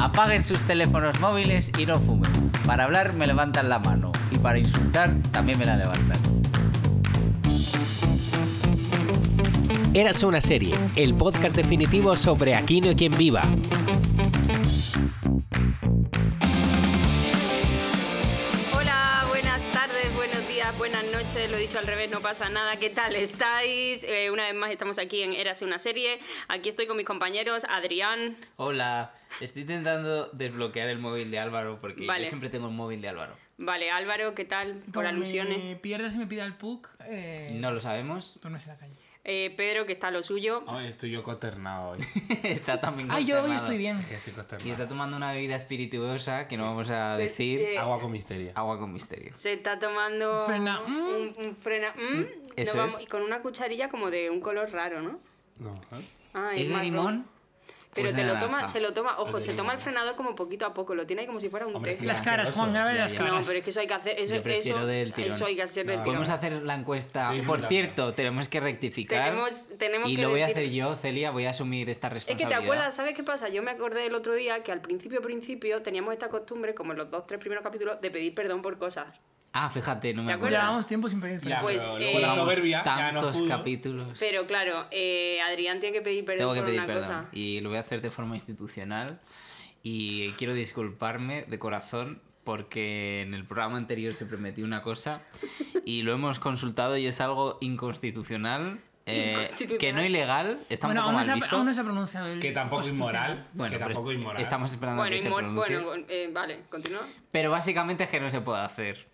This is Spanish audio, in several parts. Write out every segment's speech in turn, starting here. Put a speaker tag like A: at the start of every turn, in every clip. A: Apaguen sus teléfonos móviles y no fumen. Para hablar me levantan la mano y para insultar también me la levantan.
B: Érase una serie, el podcast definitivo sobre Aquino y quien viva.
C: Hola, buenas tardes, buenos días, buenas noches, lo dicho al revés, no pasa nada, ¿qué tal estáis? Eh, una vez más estamos aquí en Érase una serie, aquí estoy con mis compañeros, Adrián,
A: Hola, estoy intentando desbloquear el móvil de Álvaro porque
C: Vale.
A: yo siempre tengo el móvil de Álvaro.
C: vale, Álvaro, ¿qué tal? Por
D: Me
C: alusiones,
D: pierdas y me pida el PUC, eh,
A: No lo sabemos.
D: duermes en la calle.
C: Eh, Pedro, que está a lo suyo,
A: Ah.
E: Hoy estoy yo consternado hoy.
A: está también
D: Ah, yo hoy
A: consternado.
D: estoy bien.
E: Que estoy
A: Y
E: consternado.
A: está tomando una bebida espirituosa que no vamos a
C: Sí,
A: decir.
C: eh.
E: Agua con misterio.
A: Agua con misterio.
C: se está tomando
D: Frena, mm.
C: un, un frena, mm, nos
A: eso
C: vamos-
A: es.
C: y con una cucharilla como de un color raro, ¿no?
E: No, ¿eh?
C: Ah,
A: ¿Es de
C: marrón.
A: limón?
C: Pero
A: Pues
C: te
A: de
C: lo
A: naranja.
C: toma, se lo toma,
E: Es
C: ojo,
E: de
C: se toma
E: limón.
C: el frenador como poquito a poco, lo tiene ahí como si fuera un
E: Hombre,
C: té.
D: Las
E: Qué
D: caras,
E: asqueroso.
D: Juan, grave
A: Ya,
D: las
A: ya.
C: No,
D: caras.
C: pero es que eso hay que hacer, eso,
A: Yo prefiero
C: eso,
A: del tirón.
C: eso hay que hacer del
E: No,
C: tirón.
A: Podemos hacer la encuesta.
E: Sí,
A: Por
E: claro.
A: cierto, tenemos que rectificar.
C: Tenemos- tenemos
A: y
C: que
A: lo voy a
C: decir-
A: hacer yo, Celia, voy a asumir esta
C: Es
A: responsabilidad.
C: que te acuerdas, ¿sabes qué pasa? Yo me acordé el otro día que al principio, principio, teníamos esta costumbre, como en los dos, tres primeros capítulos, de pedir perdón por cosas.
A: Ah, fíjate, no me
C: ¿Te
A: acuerdo.
C: acuerdas?
D: Llevamos tiempo sin pedir
E: Ya,
D: perdón.
C: Pues,
E: pero luego
C: eh,
E: la
A: Llevamos
E: soberbia ya no
A: tantos
E: pudo.
A: capítulos.
C: Pero claro, eh, Adrián tiene que pedir perdón
A: Pues Tengo que
C: por
A: pedir
C: una
A: perdón.
C: cosa.
A: Y lo voy a hacer de forma institucional. Y quiero disculparme de corazón porque en el programa anterior se prometió una cosa y lo hemos consultado y es algo inconstitucional. eh,
C: Inconstitucional.
A: que no ilegal, está
D: bueno,
A: un poco
D: aún no,
A: mal
D: se ha,
A: visto.
D: aún no se ha pronunciado el
E: Que tampoco es
D: constitucional.
E: moral.
A: Bueno,
E: que
A: pero
E: tampoco ¿eh?
A: est-
E: es moral.
A: estamos esperando a
C: Bueno,
A: que
C: y
A: se
C: mor-
A: pronuncie.
C: bueno eh, vale, continúa.
A: Pero básicamente es que no se puede hacer.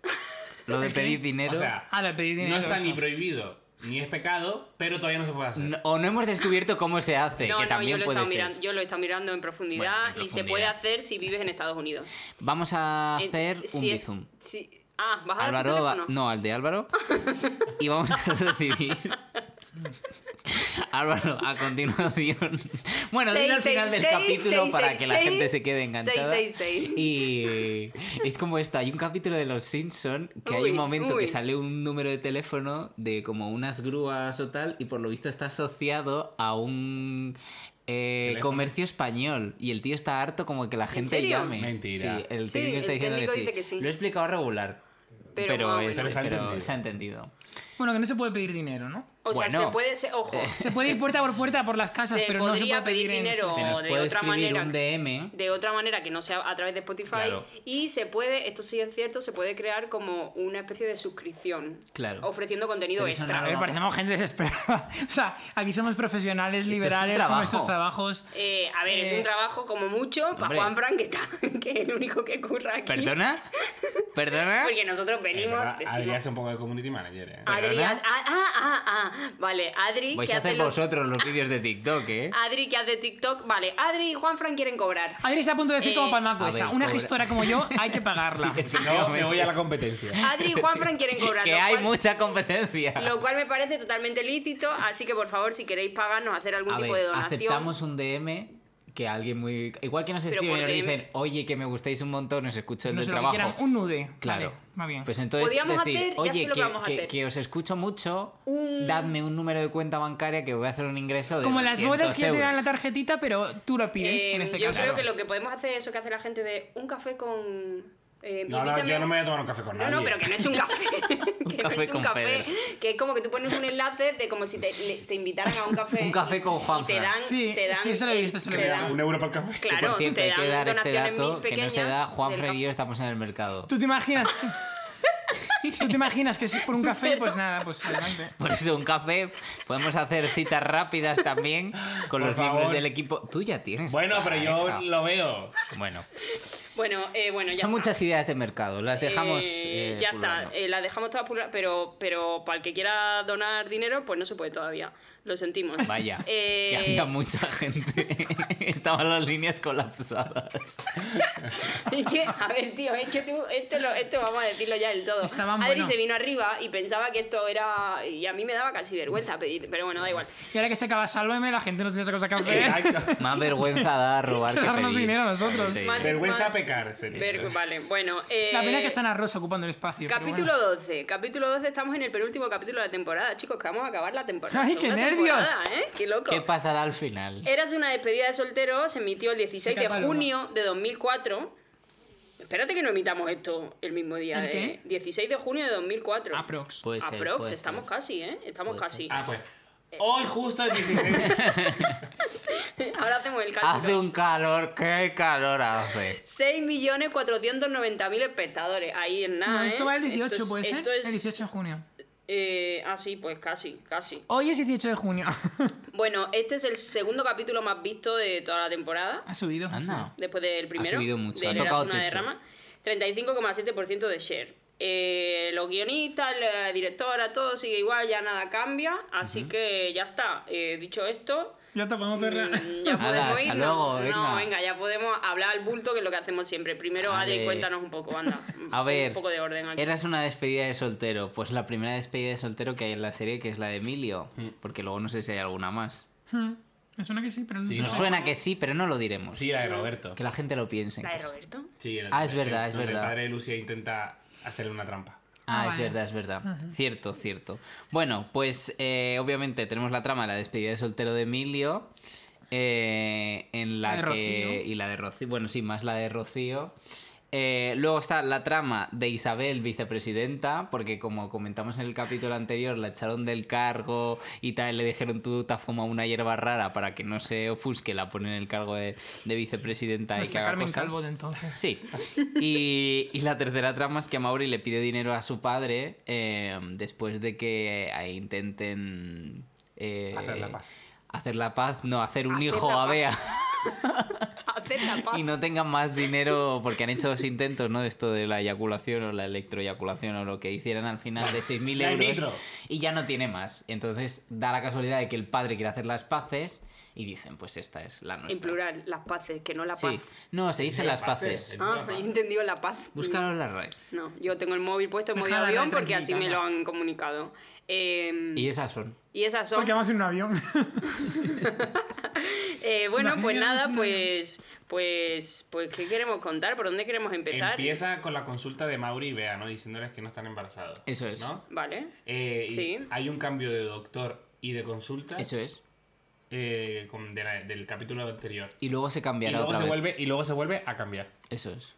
A: Lo de pedir dinero.
E: O sea,
D: Ah, le pedí dinero.
E: no está
D: eso.
E: ni prohibido ni es pecado, pero todavía no se puede hacer.
A: no- o no hemos descubierto cómo se hace,
C: No,
A: que
C: no, yo
A: también
C: lo, he
A: puede
C: estado
A: ser.
C: mirando, yo lo he estado mirando en profundidad,
A: Bueno, en
C: y se puede
A: profundidad.
C: hacer si vives en Estados Unidos.
A: Vamos a
C: Eh,
A: hacer un
C: si es-
A: bizum.
C: si- ah, ¿vas a dar tu
A: Álvaro, va-
C: teléfono?
A: no, al de Álvaro. Y vamos a recibir. Álvaro, a continuación. Bueno, dilo al
C: Seis,
A: final del
C: seis, seis,
A: capítulo
C: seis,
A: para
C: seis,
A: que la
C: seis,
A: gente se quede enganchada.
C: seis, seis, seis.
A: Y es como esto: hay un capítulo de Los Simpson que hay
C: Uy,
A: un momento
C: uy.
A: que sale un número de teléfono de como unas grúas o tal, y por lo visto está asociado a un. eh,
E: Teléfono.
A: comercio español y el tío está harto como que la gente
C: serio?
A: llame
E: Mentira.
A: Sí, el
C: Sí,
A: técnico
C: el
A: está diciendo
C: técnico
A: que, sí.
C: dice que sí.
A: Lo he explicado regular
C: Pero más o
A: es-
E: menos. Pero se ha
A: pero
E: entendido.
A: se ha entendido.
D: Bueno, que no se puede pedir dinero, ¿no?
C: O sea,
A: bueno. Eh,
C: se puede, se- ojo,
D: Se puede ir puerta por puerta por las casas,
C: Se
D: pero no se
C: podría
D: puede pedir,
C: pedir
D: en-
C: dinero.
A: Se
C: O
A: nos
C: de
A: puede
C: Oh, otra
A: escribir
C: manera.
A: un DM.
C: de otra manera que no sea a través de Spotify
A: Claro.
C: y se puede, esto sí es cierto, se puede crear como una especie de suscripción
A: Claro.
C: ofreciendo contenido
A: Pero eso
C: extra.
D: A ver, parecemos gente desesperada. o sea, aquí somos profesionales
A: es un
D: liberales con
A: trabajo.
D: nuestros trabajos.
C: Eh, a ver, es
D: Eh,
C: un trabajo como mucho para
A: hombre.
C: Juan Fran, que, está, que es el único que curra aquí.
A: ¿Perdona? Eh, ¿Perdona?
C: Porque nosotros
E: Es
C: venimos.
E: verdad,
C: decimos,
E: Adrián hace un poco de community manager, ¿eh?
C: Adri,
A: ¿Perdona?
C: ah, ah, ah, ah, Vale, Adri,
A: Vais
C: que
A: a hacer
C: hace Ah, los-
A: vosotros los vídeos de TikTok, ¿eh?
C: Adri, que hace TikTok. Vale, Adri y Juan Fran quieren cobrar.
D: Adri está a punto de decir
C: Eh,
D: como palma
A: a
D: cuesta.
A: ver,
D: Una
A: cobra.
D: gestora como yo hay que pagarla.
E: Si no, me voy a la competencia.
C: Adri y Juan Fran quieren cobrar.
A: que
C: lo
A: hay
C: cual-
A: mucha competencia.
C: Lo cual me parece totalmente lícito, así que por favor, si queréis pagarnos, hacer algún
A: a
C: tipo
A: ver,
C: de donación.
A: aceptamos un DM que alguien muy... Igual que nos escriben y
C: por
A: nos
C: DM.
A: dicen, oye, que me gustáis un montón, os escucho el
D: No
A: del
D: sé lo que
A: trabajo.
D: quieran, un nude.
A: Claro.
D: Vale, va bien.
A: Pues entonces
C: Podíamos
A: decir,
C: hacer- ya sé
A: oye,
C: lo que
A: que,
C: vamos a
A: que-
C: hacer".
A: que os escucho mucho,
C: Un-
A: dadme un número de cuenta bancaria que voy a hacer un ingreso de
D: Como las bodas que ya
A: 200
D: te dan la
A: euros.
D: tarjetita, pero tú lo pides
C: Eh,
D: en este
C: yo
D: caso.
C: creo que lo que podemos hacer es eso que hace la gente de un café con. eh,
E: No, no,
C: invítame-
E: yo no me voy a tomar un café con
C: No,
E: nadie.
C: no, pero que no es un café. que no
A: café
C: es un
A: con
C: café.
A: Pedro.
C: Que es como que tú pones un enlace de como si te, le- te invitaran a un café.
A: Un café
C: y-
A: con
C: y
A: Juanfran.
C: Te dan,
D: Sí,
C: te dan,
D: sí, eso lo he visto, eso lo
C: te
D: he
C: dan-
D: visto.
E: Un euro por el café.
C: Claro,
A: Por cierto,
C: te
A: hay que
C: dan
A: dar este
C: donaciones
A: dato
C: mil
A: que no se
C: pequeñas
A: da. Juan
C: del
A: y yo estamos en el mercado.
D: ¿Tú te imaginas? ¿Tú te imaginas que es por un café? Pues nada, pues adelante.
A: Por eso un café. Podemos hacer citas rápidas también con
E: Por
A: los
E: favor.
A: miembros del equipo. Tú ya tienes.
E: Bueno, pero yo
A: pareja.
E: lo veo.
A: Bueno,
C: café. Bueno, eh, bueno, ya
A: son
C: está.
A: muchas ideas de mercado. Las dejamos.
C: Eh,
A: eh,
C: ya
A: pululando.
C: está, eh, las dejamos todas pulgadas, pero, pero para el que quiera donar dinero, pues no se puede todavía. Lo sentimos.
A: Vaya,
C: Eh,
A: que había mucha gente. Estaban las líneas colapsadas.
C: es que, a ver, tío, es que tú, esto, lo- esto vamos a decirlo ya del todo.
D: Estaba
C: Adri
D: bueno.
C: se vino arriba y pensaba que esto era. Y a mí me daba casi vergüenza pedir, pero bueno, da igual.
D: Y ahora que se acaba Sálvame, la gente no tiene otra cosa que hacer.
E: Exacto.
A: Más vergüenza da robar que
D: Darnos
A: pedir.
D: dinero a nosotros.
A: Te-
C: Madre-
E: Vergüenza
C: Madre-
E: pecar, sería.
C: Ver- vale, bueno. eh,
D: La pena es que están a Rosa ocupando el espacio. pero
C: Capítulo
D: bueno.
C: 12. Capítulo 12 estamos en el penúltimo capítulo de la temporada, chicos, que vamos a acabar la temporada.
D: ¡Ay, qué
C: Segunda
D: nervios!
C: temporada, ¿eh? ¡Qué loco!
A: ¿Qué pasará al final?
C: Eras una despedida de soltero, se emitió el 16
D: Se
C: de
D: canta el
C: junio de 2004. Espérate que no emitamos esto el mismo día.
D: ¿El
C: ¿eh?
D: qué?
C: 16 de junio de 2004.
D: Aprox.
A: Puede ser,
C: Aprox,
A: puede
C: estamos
A: ser.
C: casi, ¿eh? Estamos
A: Puede
C: casi.
E: Ah, pues. Hoy justo el 16.
C: Ahora hacemos el
A: Hace
C: cálculo.
A: un calor, qué calor hace.
C: 6.490.000 espectadores. Ahí en nada,
D: No, esto
C: ¿eh?
D: va el 18,
C: Esto es-
D: ¿puede ser?
C: esto es-
D: El 18 de junio.
C: eh, ah, sí, pues casi, casi.
D: Hoy es 18 de junio.
C: Bueno, este es el segundo capítulo más visto de toda la temporada.
D: ha subido. ha
A: Anda.
D: subido.
C: después del primero.
A: subido mucho,
C: de
A: ha
C: Eras
A: tocado
C: una
A: techo.
C: derrama, 35,7% de share. Eh, los guionistas, la directora, todo sigue igual, ya nada cambia. Así que ya está. Eh, dicho esto,
D: Ya está, podemos cerrar.
C: mm, ya
A: Hala,
C: podemos
A: hasta
C: ir.
A: luego,
C: no,
A: venga.
C: no, venga, ya podemos hablar al bulto, que es lo que hacemos siempre. Primero,
A: A
C: Adri,
A: ver.
C: cuéntanos un poco, anda.
A: A ver,
C: Un poco de orden aquí.
A: eras una despedida de soltero. Pues la primera despedida de soltero que hay en la serie, que es la de Emilio. Porque luego no sé si hay alguna más.
D: Hmm. Me suena que sí, pero no
E: Sí,
A: Nos
E: no.
A: suena que sí, pero no lo diremos.
E: Sí, la de Roberto.
A: Que la gente lo piense. en
C: La de
A: casa.
C: Roberto.
E: Sí, el-
A: Ah, es
E: el-
A: verdad, es
E: donde
A: verdad.
E: El padre de Lucía intenta hacerle una trampa.
A: Ah,
D: Ah,
A: es
D: vale.
A: verdad, es verdad. Cierto, cierto. Bueno, pues eh, obviamente tenemos la trama de la despedida de soltero de Emilio. eh, en la,
D: La de
A: que.
D: Rocío.
A: Y la de Rocío. Bueno, sí, más la de Rocío. Eh, luego está la trama de Isabel, vicepresidenta, porque como comentamos en el capítulo anterior, la echaron del cargo y tal, le dijeron tú te has fumado una hierba rara para que no se ofusque, la ponen en el cargo de, de vicepresidenta.
D: No
A: y que
D: sé,
A: haga
D: Carmen
A: cosas.
D: Pues Calvo de entonces.
A: Sí. Y, y la tercera trama es que Amaury le pide dinero a su padre eh, después de que eh, intenten... eh,
E: Hacer la paz.
A: Hacer la paz, no, hacer un
C: Hacer
A: hijo
C: la
A: a
C: paz.
A: Bea
C: Hacer la paz.
A: y no tengan más dinero porque han hecho dos intentos, ¿no? De esto de la eyaculación o la electroeyaculación o lo que hicieran al final de 6.000
E: La in
A: euros
E: vitro.
A: y ya no tiene más. Entonces da la casualidad de que el padre quiere hacer las paces y dicen, pues esta es la nuestra.
C: En plural, las paces, que no la
A: Sí.
C: paz.
A: No, se dicen
E: Sí,
A: las
E: paces,
A: paces.
E: el-
C: Ah, yo he entendido la paz.
A: Búscalo en la red.
C: No, yo tengo el móvil puesto en modo
D: Déjala,
C: avión
D: no,
C: porque así me
D: tranquila,
C: lo
D: anda.
C: han comunicado. Eh,
A: Y esas son.
C: y esas son.
D: Porque vamos en un avión.
C: Eh, bueno,
D: Imagínate,
C: pues nada,
D: es un
C: pues, pues, pues, ¿qué queremos contar? ¿Por dónde queremos empezar?
E: Empieza con la consulta de Mauri y Bea, ¿no? Diciéndoles que no están embarazados.
A: Eso es.
E: ¿no?
C: Vale.
E: Eh, y
C: Sí.
E: Hay un cambio de doctor y de consulta
A: Eso es.
E: eh, con- de la- del capítulo anterior.
A: Y luego se
E: Y
A: cambiará
E: luego,
A: otra
E: se
A: vez.
E: vuelve, y luego se vuelve a cambiar.
A: Eso es.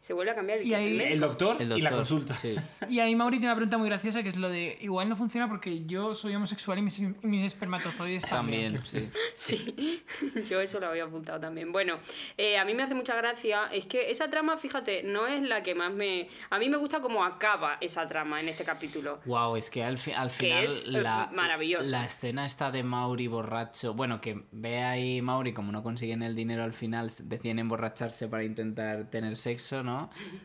C: Se vuelve a cambiar el
D: Y ahí-
C: internet.
E: El doctor,
A: El
E: y la
A: doctor,
E: consulta.
A: Sí.
D: Y ahí Mauri tiene una pregunta muy graciosa que es lo de igual no funciona porque yo soy homosexual y mis, y mis espermatozoides también.
A: También, sí.
C: Sí, yo eso lo había apuntado también. Bueno, eh, a mí me hace mucha gracia. Es que esa trama, fíjate, no es la que más me. A mí me gusta cómo acaba esa trama en este capítulo.
A: Wow, es que al, fi- al final
C: es, eh,
A: la,
C: maravilloso.
A: la escena está de Mauri borracho. Bueno, que ve ahí Mauri, como no consiguen el dinero al final, s- deciden emborracharse para intentar tener sexo, ¿no?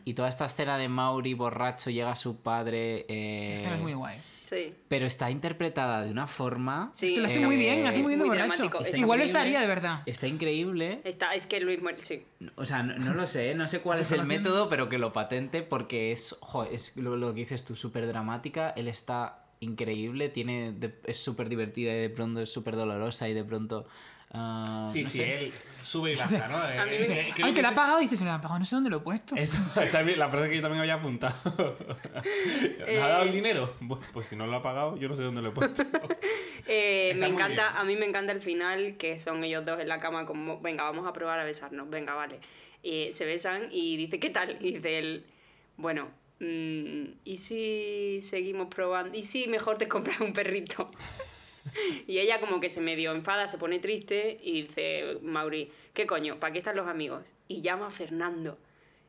A: Y toda esta escena de Mauri borracho llega a su padre. eh,
D: Esta Este es muy guay.
C: Sí.
A: Pero está interpretada de una forma.
C: Sí.
D: Es que lo hace
A: Eh,
D: muy bien, hace muy bien de
C: muy ¿eh?
D: borracho.
C: dramático, está
D: Igual
C: increíble.
D: lo estaría, de verdad.
A: Está increíble.
C: Está, es que Luis muere. Sí.
A: O sea, no, no lo sé, no sé cuál es el
D: Información.
A: método, pero que lo patente porque es, jo, es lo, lo que dices tú, súper dramática. Él está increíble, tiene de- es súper divertida y de pronto es súper dolorosa y de pronto... ah,
E: Sí,
A: no
E: sí,
A: sé.
E: él sube y baja, ¿no?
C: A mí me-
E: Eh, creo
D: Ay,
E: que
D: te la ha
E: sí.
D: pagado y dices, se la ha pagado, no sé dónde lo he puesto.
E: Esa, esa es la frase que yo también había apuntado. ¿Me ha dado el dinero? Bueno, pues si no lo ha pagado, yo no sé dónde lo he puesto.
C: Eh,
E: Está
C: me
E: muy
C: encanta,
E: bien.
C: a mí me encanta el final, que son ellos dos en la cama como, venga, vamos a probar a besarnos, venga, vale. Y se besan y dice, ¿qué tal? Y dice él, bueno, mm, ¿y si seguimos probando? ¿Y si mejor te compras un perrito? y ella como que se medio enfada, se pone triste y dice, Mauri, ¿qué coño? ¿Para qué están los amigos? Y llama a Fernando.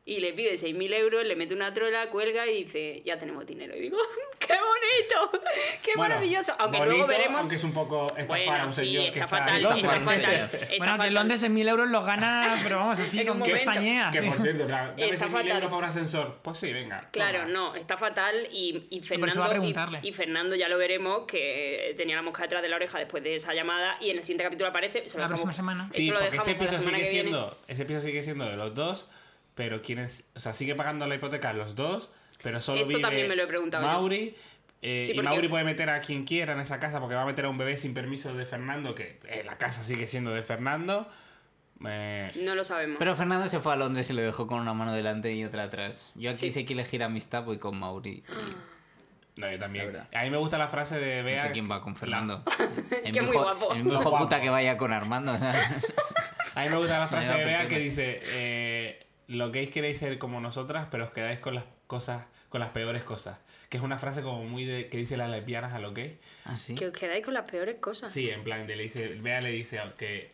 C: Y le pide 6.000 euros, le mete una trola, cuelga y dice, ya tenemos dinero. Y digo, ¡qué bonito! ¡Qué
E: Bueno,
C: maravilloso! Aunque luego
E: bonito,
C: veremos...
E: Aunque es un poco estafar a
C: Bueno,
E: un
C: sí,
E: señor que
C: está
E: está
C: fatal,
E: en
C: está
E: Londres.
C: fatal. Está
D: bueno, que
C: fatal.
D: en Londres en 1000 euros los gana, pero vamos,
C: En
D: así,
C: un
D: con que
C: momento.
D: pestañeas.
E: Que por
D: sí.
E: cierto, en plan, dame
C: Está
E: 100.000
C: fatal.
E: euros para un ascensor. Pues sí, venga. toma.
C: Claro, no, está fatal y, y
D: Pero eso va a
C: Fernando y-
D: preguntarle.
C: y, Fernando ya lo veremos que tenía la mosca detrás de la oreja después de esa llamada y en el siguiente capítulo aparece se lo
D: La
C: dejamos-
D: próxima semana.
C: eso
E: Sí,
C: lo
E: porque
C: dejamos
E: ese
C: para la
E: piso
C: semana
E: sigue
C: que viene.
E: siendo, ese piso sigue siendo de los dos, pero quién es, o sea, sigue pagando la hipoteca los dos, pero solo
C: Esto
E: vive
C: también me lo he preguntado yo.
E: Mauri. eh,
C: Sí,
E: y
C: porque-
E: Mauri puede meter a quien quiera en esa casa porque va a meter a un bebé sin permiso de Fernando, que eh, la casa sigue siendo de Fernando. Eh,
C: No lo sabemos.
A: Pero Fernando se fue a Londres y lo dejó con una mano delante y otra atrás. Yo aquí
C: Sí.
A: sé que elegir amistad voy con Mauri. y-
E: no, yo
A: La
E: también.
A: verdad.
E: A mí me gusta la frase de
A: No
E: Bea.
A: sé quién va con Fernando. El
C: Qué
A: mi
C: muy
A: hijo-
C: guapo.
A: El mi hijo
E: Guapo.
A: puta que vaya con Armando, ¿sabes?
E: A mí me gusta la frase
A: da
E: de Bea
A: presión.
E: que dice: eh, Lo gays queréis ser como nosotras, pero os quedáis con las cosas, con las peores cosas. Que es una frase como muy de, que dice las lesbianas a lo gay.
A: Así.
C: Que os quedáis con las peores cosas.
E: Sí, en plan, de, le dice, Bea le dice que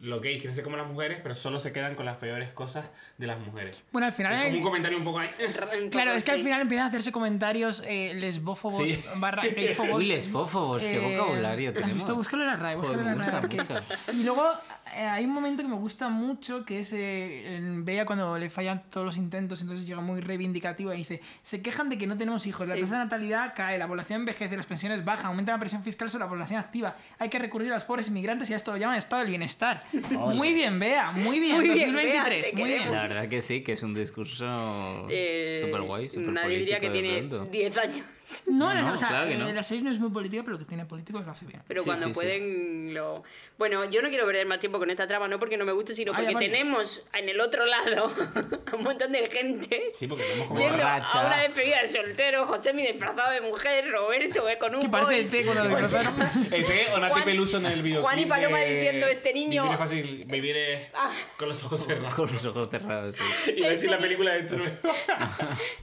E: los gays quieren ser como las mujeres, pero solo se quedan con las peores cosas de las mujeres.
D: Bueno, al
E: Es
D: final.
E: como un comentario un poco ahí. eh.
C: Ra- un
D: Claro,
C: poco
D: es que al
C: así.
D: final empiezan a hacerse comentarios eh, lesbófobos
E: Sí.
D: barra gayfobos.
A: Uy, lesbófobos, qué
D: Eh,
A: vocabulario
D: ¿Has
A: tenemos.
D: visto? Búscalo en la RAE,
A: Joder,
D: búscalo en la
A: me
D: RAE,
A: gusta
D: porque-
A: mucho.
D: Y luego eh, hay un momento que me gusta mucho, que es eh, en Bella cuando le fallan todos los intentos, entonces llega muy reivindicativa y dice, se quejan de que no tenemos hijos, la
C: Sí.
D: tasa de natalidad cae, la población envejece, las pensiones bajan, aumenta la presión fiscal sobre la población activa, hay que recurrir a los pobres inmigrantes y a esto lo llaman estado del bienestar. Muy bien, Bea, muy bien,
C: Muy bien,
D: 2023,
C: Bea, te
D: muy bien.
A: La
C: queremos.
A: verdad que sí, que es un discurso
C: Eh,
A: súper guay, súper
C: Nadie diría que
A: político de
C: tiene
A: pronto.
C: 10 años.
D: No,
A: No,
D: o sea,
A: claro que no.
D: eh, la serie no es muy política, pero lo que tiene político lo hace bien.
C: Pero
A: Sí,
C: cuando
A: sí, sí.
C: pueden lo... Bueno, yo no quiero perder más tiempo con esta trama, no porque no me guste, sino
D: Ah,
C: porque
D: ya varios.
C: tenemos en el otro lado a un montón de gente
E: Sí, porque tenemos como.
C: yendo a
A: Borracha.
C: una despedida de soltero, José mi disfrazado de mujer, Roberto eh, con un
D: Que parece el
C: boy.
D: té con lo de
C: O sea,
D: Roberto.
E: Este o Nati
C: Juan-
E: Peluso en el videoclip.
C: Juan y Paloma
E: de-
C: diciendo, este niño-
E: Vivir es fácil, vivir es
C: Ah.
E: con los ojos cerrados.
A: Con los ojos cerrados, sí.
E: Y ver si la película de Trueno.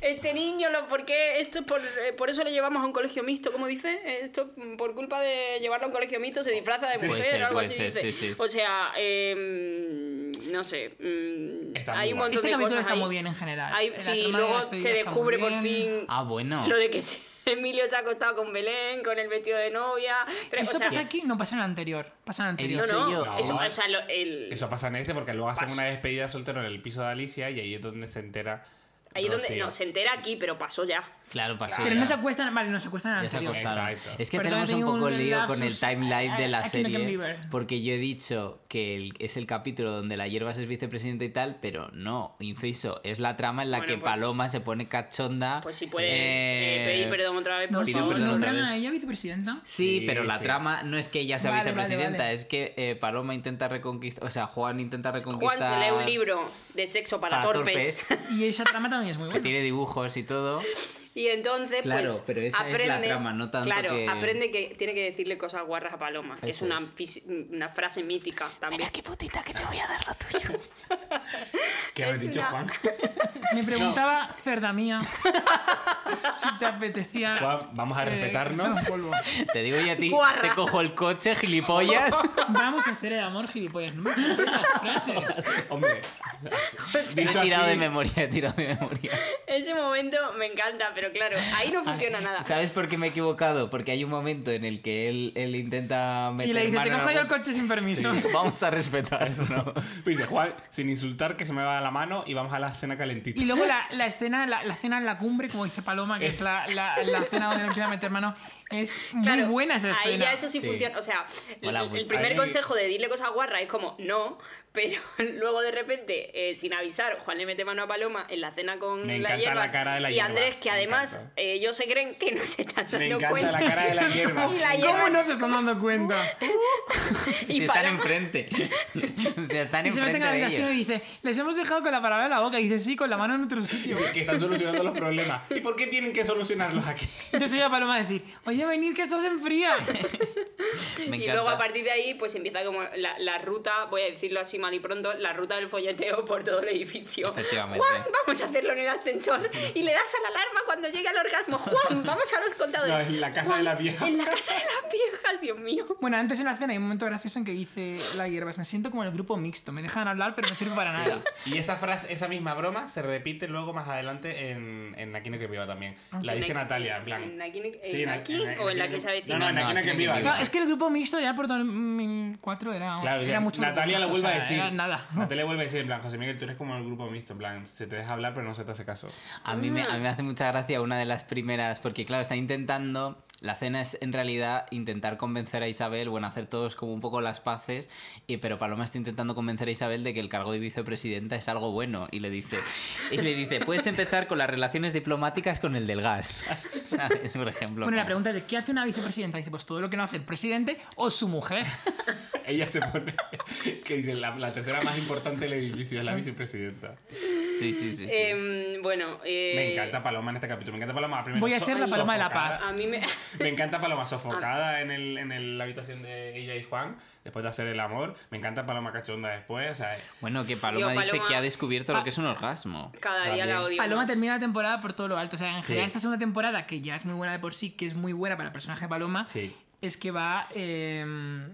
C: Este niño, lo, ¿por qué? Esto es por, eh, por eso le llevamos a un colegio mixto, como dice? Esto mm, por culpa de llevarlo a un colegio mixto se disfraza de
A: Sí.
C: mujer
A: Puede ser,
C: o algo
A: puede
C: así.
A: ser,
C: dice.
A: sí, sí.
C: O sea, eh, no sé. mm,
E: Está muy
C: hay un
E: guay.
C: montón
D: Este
C: de
D: capítulo
C: cosas
D: está
C: ahí.
D: muy bien en general.
C: Hay-
D: La
C: sí,
D: trama de la
C: luego
D: despedida
C: se
D: está muy
C: descubre por
D: bien.
C: fin
A: Ah, bueno.
C: lo de que se- Emilio se ha acostado con Belén, con el vestido de novia. Pero, o
D: Eso
C: sea,
D: pasa aquí, no pasa en el anterior. Pasa en el
A: He
D: anterior.
C: No,
A: dicho
C: no,
A: yo.
E: No.
C: Eso, o sea, lo- el-
E: Eso pasa en este porque luego hacen una despedida soltero en el piso de Alicia y ahí es donde se entera.
C: ahí es donde.
E: Rocío.
C: No, se entera aquí, pero pasó ya.
A: Claro, pasó.
D: Pero
A: ya.
D: no se acuestan, vale, no se acuestan en el
A: Ya se
D: anterior.
A: acostaron.
E: Exacto.
A: Es que
D: Pero
A: tenemos un
D: también
A: poco
D: tengo un
A: lío con el
D: lapsus.
A: timeline de
D: Ah,
A: la
D: aquí me
A: serie.
D: cambié.
A: Porque yo he dicho que el- es el capítulo donde la hierbas es vicepresidente y tal, pero no, inciso, es la trama en la
C: Bueno,
A: que
C: pues-
A: Paloma se pone cachonda.
C: Pues si puedes
A: eh,
C: eh, pedir perdón otra vez,
D: No,
C: por
A: Pido
C: favor.
A: perdón
D: no
A: otra
D: traen
A: vez.
D: a ella vicepresidenta.
A: Sí,
E: Sí,
A: pero la
E: sí.
A: trama no es que ella sea
D: Vale, vale,
A: vicepresidenta,
D: vale.
A: es que eh, Paloma intenta reconquistar, o sea, Juan intenta reconquistar...
C: Juan se lee un libro de sexo para, torpes.
D: Y esa trama también es muy
A: que
D: buena.
A: tiene dibujos y todo.
C: Y entonces,
A: Claro,
C: pues,
A: pero esa es la
C: aprende,
A: trama, no tanto
C: claro,
A: que-
C: aprende que tiene que decirle cosas guarras a Paloma, que es
A: Eso
C: una,
A: es.
C: fisi- una frase mítica también.
E: ¿Qué habéis
C: Es
E: dicho,
C: una-
E: Juan?
D: Me preguntaba, cerda mía, si te apetecía.
E: Juan, vamos a
D: eh,
E: respetarnos.
D: echar un polvo.
A: Te digo yo a ti,
C: Guarra.
A: te cojo el coche, gilipollas.
D: Vamos a hacer el amor, gilipollas. No me acuerdo de las frases.
E: Hombre.
C: Pues
A: he
E: dicho
A: tirado
E: así-
A: de memoria, he tirado de memoria.
C: Ese momento me encanta, pero claro, ahí no funciona nada.
A: ¿Sabes por qué me he equivocado? Porque hay un momento en el que él, él intenta meter
D: Y le dice,
A: mano
D: te
A: en
D: cojo yo el
A: algún-
D: coche sin permiso.
A: Vamos a respetar ¿no?
E: Dice Juan, sin insultar, que se me va la mano y vamos a la cena calentita.
D: Y luego la, la escena, la, la cena en la cumbre, como dice Paloma, que es la, la, la cena donde le empieza a meter mano, es muy
C: Claro,
D: buena esa escena.
C: Ahí ya eso sí,
A: Sí.
C: funciona. O sea, el-
A: Hola,
C: el,
A: Wichi.
C: primer
E: Ahí-
C: consejo de dile cosas guarras es como no, pero luego de repente, eh, sin avisar, Juan le mete mano a Paloma en la cena con
E: Me
C: la
E: encanta
C: hierbas
E: la cara de la
C: y Andrés,
E: hierbas,
C: que
E: me
C: además
E: encanta.
C: eh, ellos se creen que no se están
E: Me
C: dando
E: encanta
C: cuenta.
E: la cara de la hierba.
C: Y la hierba-
D: ¿Cómo no se están dando cuenta?
A: Si
C: y
A: están
C: Paloma-
A: enfrente. Si están
D: Y se
A: enfrente
D: meten a la
A: de
D: habitación y
A: ellos.
D: dice, les hemos dejado con la palabra en la boca. Y dice, sí, con la mano en otro sitio.
E: Que están solucionando los problemas. ¿Y por qué tienen que solucionarlos aquí?
D: Entonces oye a Paloma decir, oye, venid que esto se enfría.
A: Me
C: Y luego a
A: encanta.
C: partir de ahí, pues empieza como la, la ruta, voy a decirlo así mal y pronto, la ruta del folleteo por todo el edificio.
A: Efectivamente.
C: Juan, vamos a hacerlo en el ascensor. Y le das a la alarma cuando llegue al orgasmo. Juan, vamos a los contadores.
E: No, en la casa
C: Juan,
E: de la vieja.
C: En la casa de la vieja, Dios mío.
D: Bueno, antes en la cena hay un momento gracioso en que dice la hierbas, me siento como en el grupo mixto, me dejan hablar pero no sirve para nada.
E: Y esa frase, esa misma broma, se repite luego más adelante en, en Aquí no que viva también. La dice Natalia, en plan.
C: ¿En Aquí, en
E: Sí,
C: aquí o en la que se avecina?
E: No, no, en
A: No,
E: Aquí no
A: Aquí
E: que
A: no
E: viva.
A: que
D: No,
A: viva.
D: es que el grupo mixto ya por 2004 era,
E: Claro,
D: era
E: ya,
D: mucho grupo
E: Natalia lo
D: mixto,
E: vuelve
D: o
E: a
D: sea,
E: decir.
D: era nada.
E: ¿eh? Natalia vuelve a decir, en plan, José Miguel, tú eres como el grupo mixto, en plan, se te deja hablar pero no se te hace caso.
F: Ah.
A: A mí, me, a mí me hace mucha gracia una de las primeras, porque claro, está intentando La cena es en realidad intentar convencer a Isabel, bueno, hacer todos como un poco las paces, y, pero Paloma está intentando convencer a Isabel de que el cargo de vicepresidenta es algo bueno y le dice, y le dice puedes empezar con las relaciones diplomáticas con el del gas, ¿sabes? Por ejemplo.
F: Bueno, la
A: como-
F: pregunta es, de, ¿qué hace una vicepresidenta? Dice, pues todo lo que no hace el presidente o su mujer.
E: Ella se pone. que dice, la, la tercera más importante del edificio es la vicepresidenta.
A: Sí, sí, sí. sí.
C: Em, bueno, eh,
E: Me encanta Paloma en este capítulo. Me encanta Paloma. Primero
F: Voy a ser la
E: so-
F: Paloma de la
E: sofocada.
C: A mí me...
E: Me encanta Paloma
C: Ah.
E: sofocada en, el, en el- la habitación de ella y Juan, después de hacer el amor. Me encanta Paloma cachonda después. O sea,
A: Bueno, que Paloma,
C: Digo,
A: dice
C: Paloma-
A: que ha descubierto
F: Ah.
A: lo que es un orgasmo.
C: Cada día la
E: También.
C: odio
F: Paloma
C: más.
F: termina la temporada por todo lo alto. O sea, en
E: Sí.
F: general esta segunda temporada, que ya es muy buena de por sí, que es muy buena para el personaje de Paloma,
E: sí.
F: es que va eh,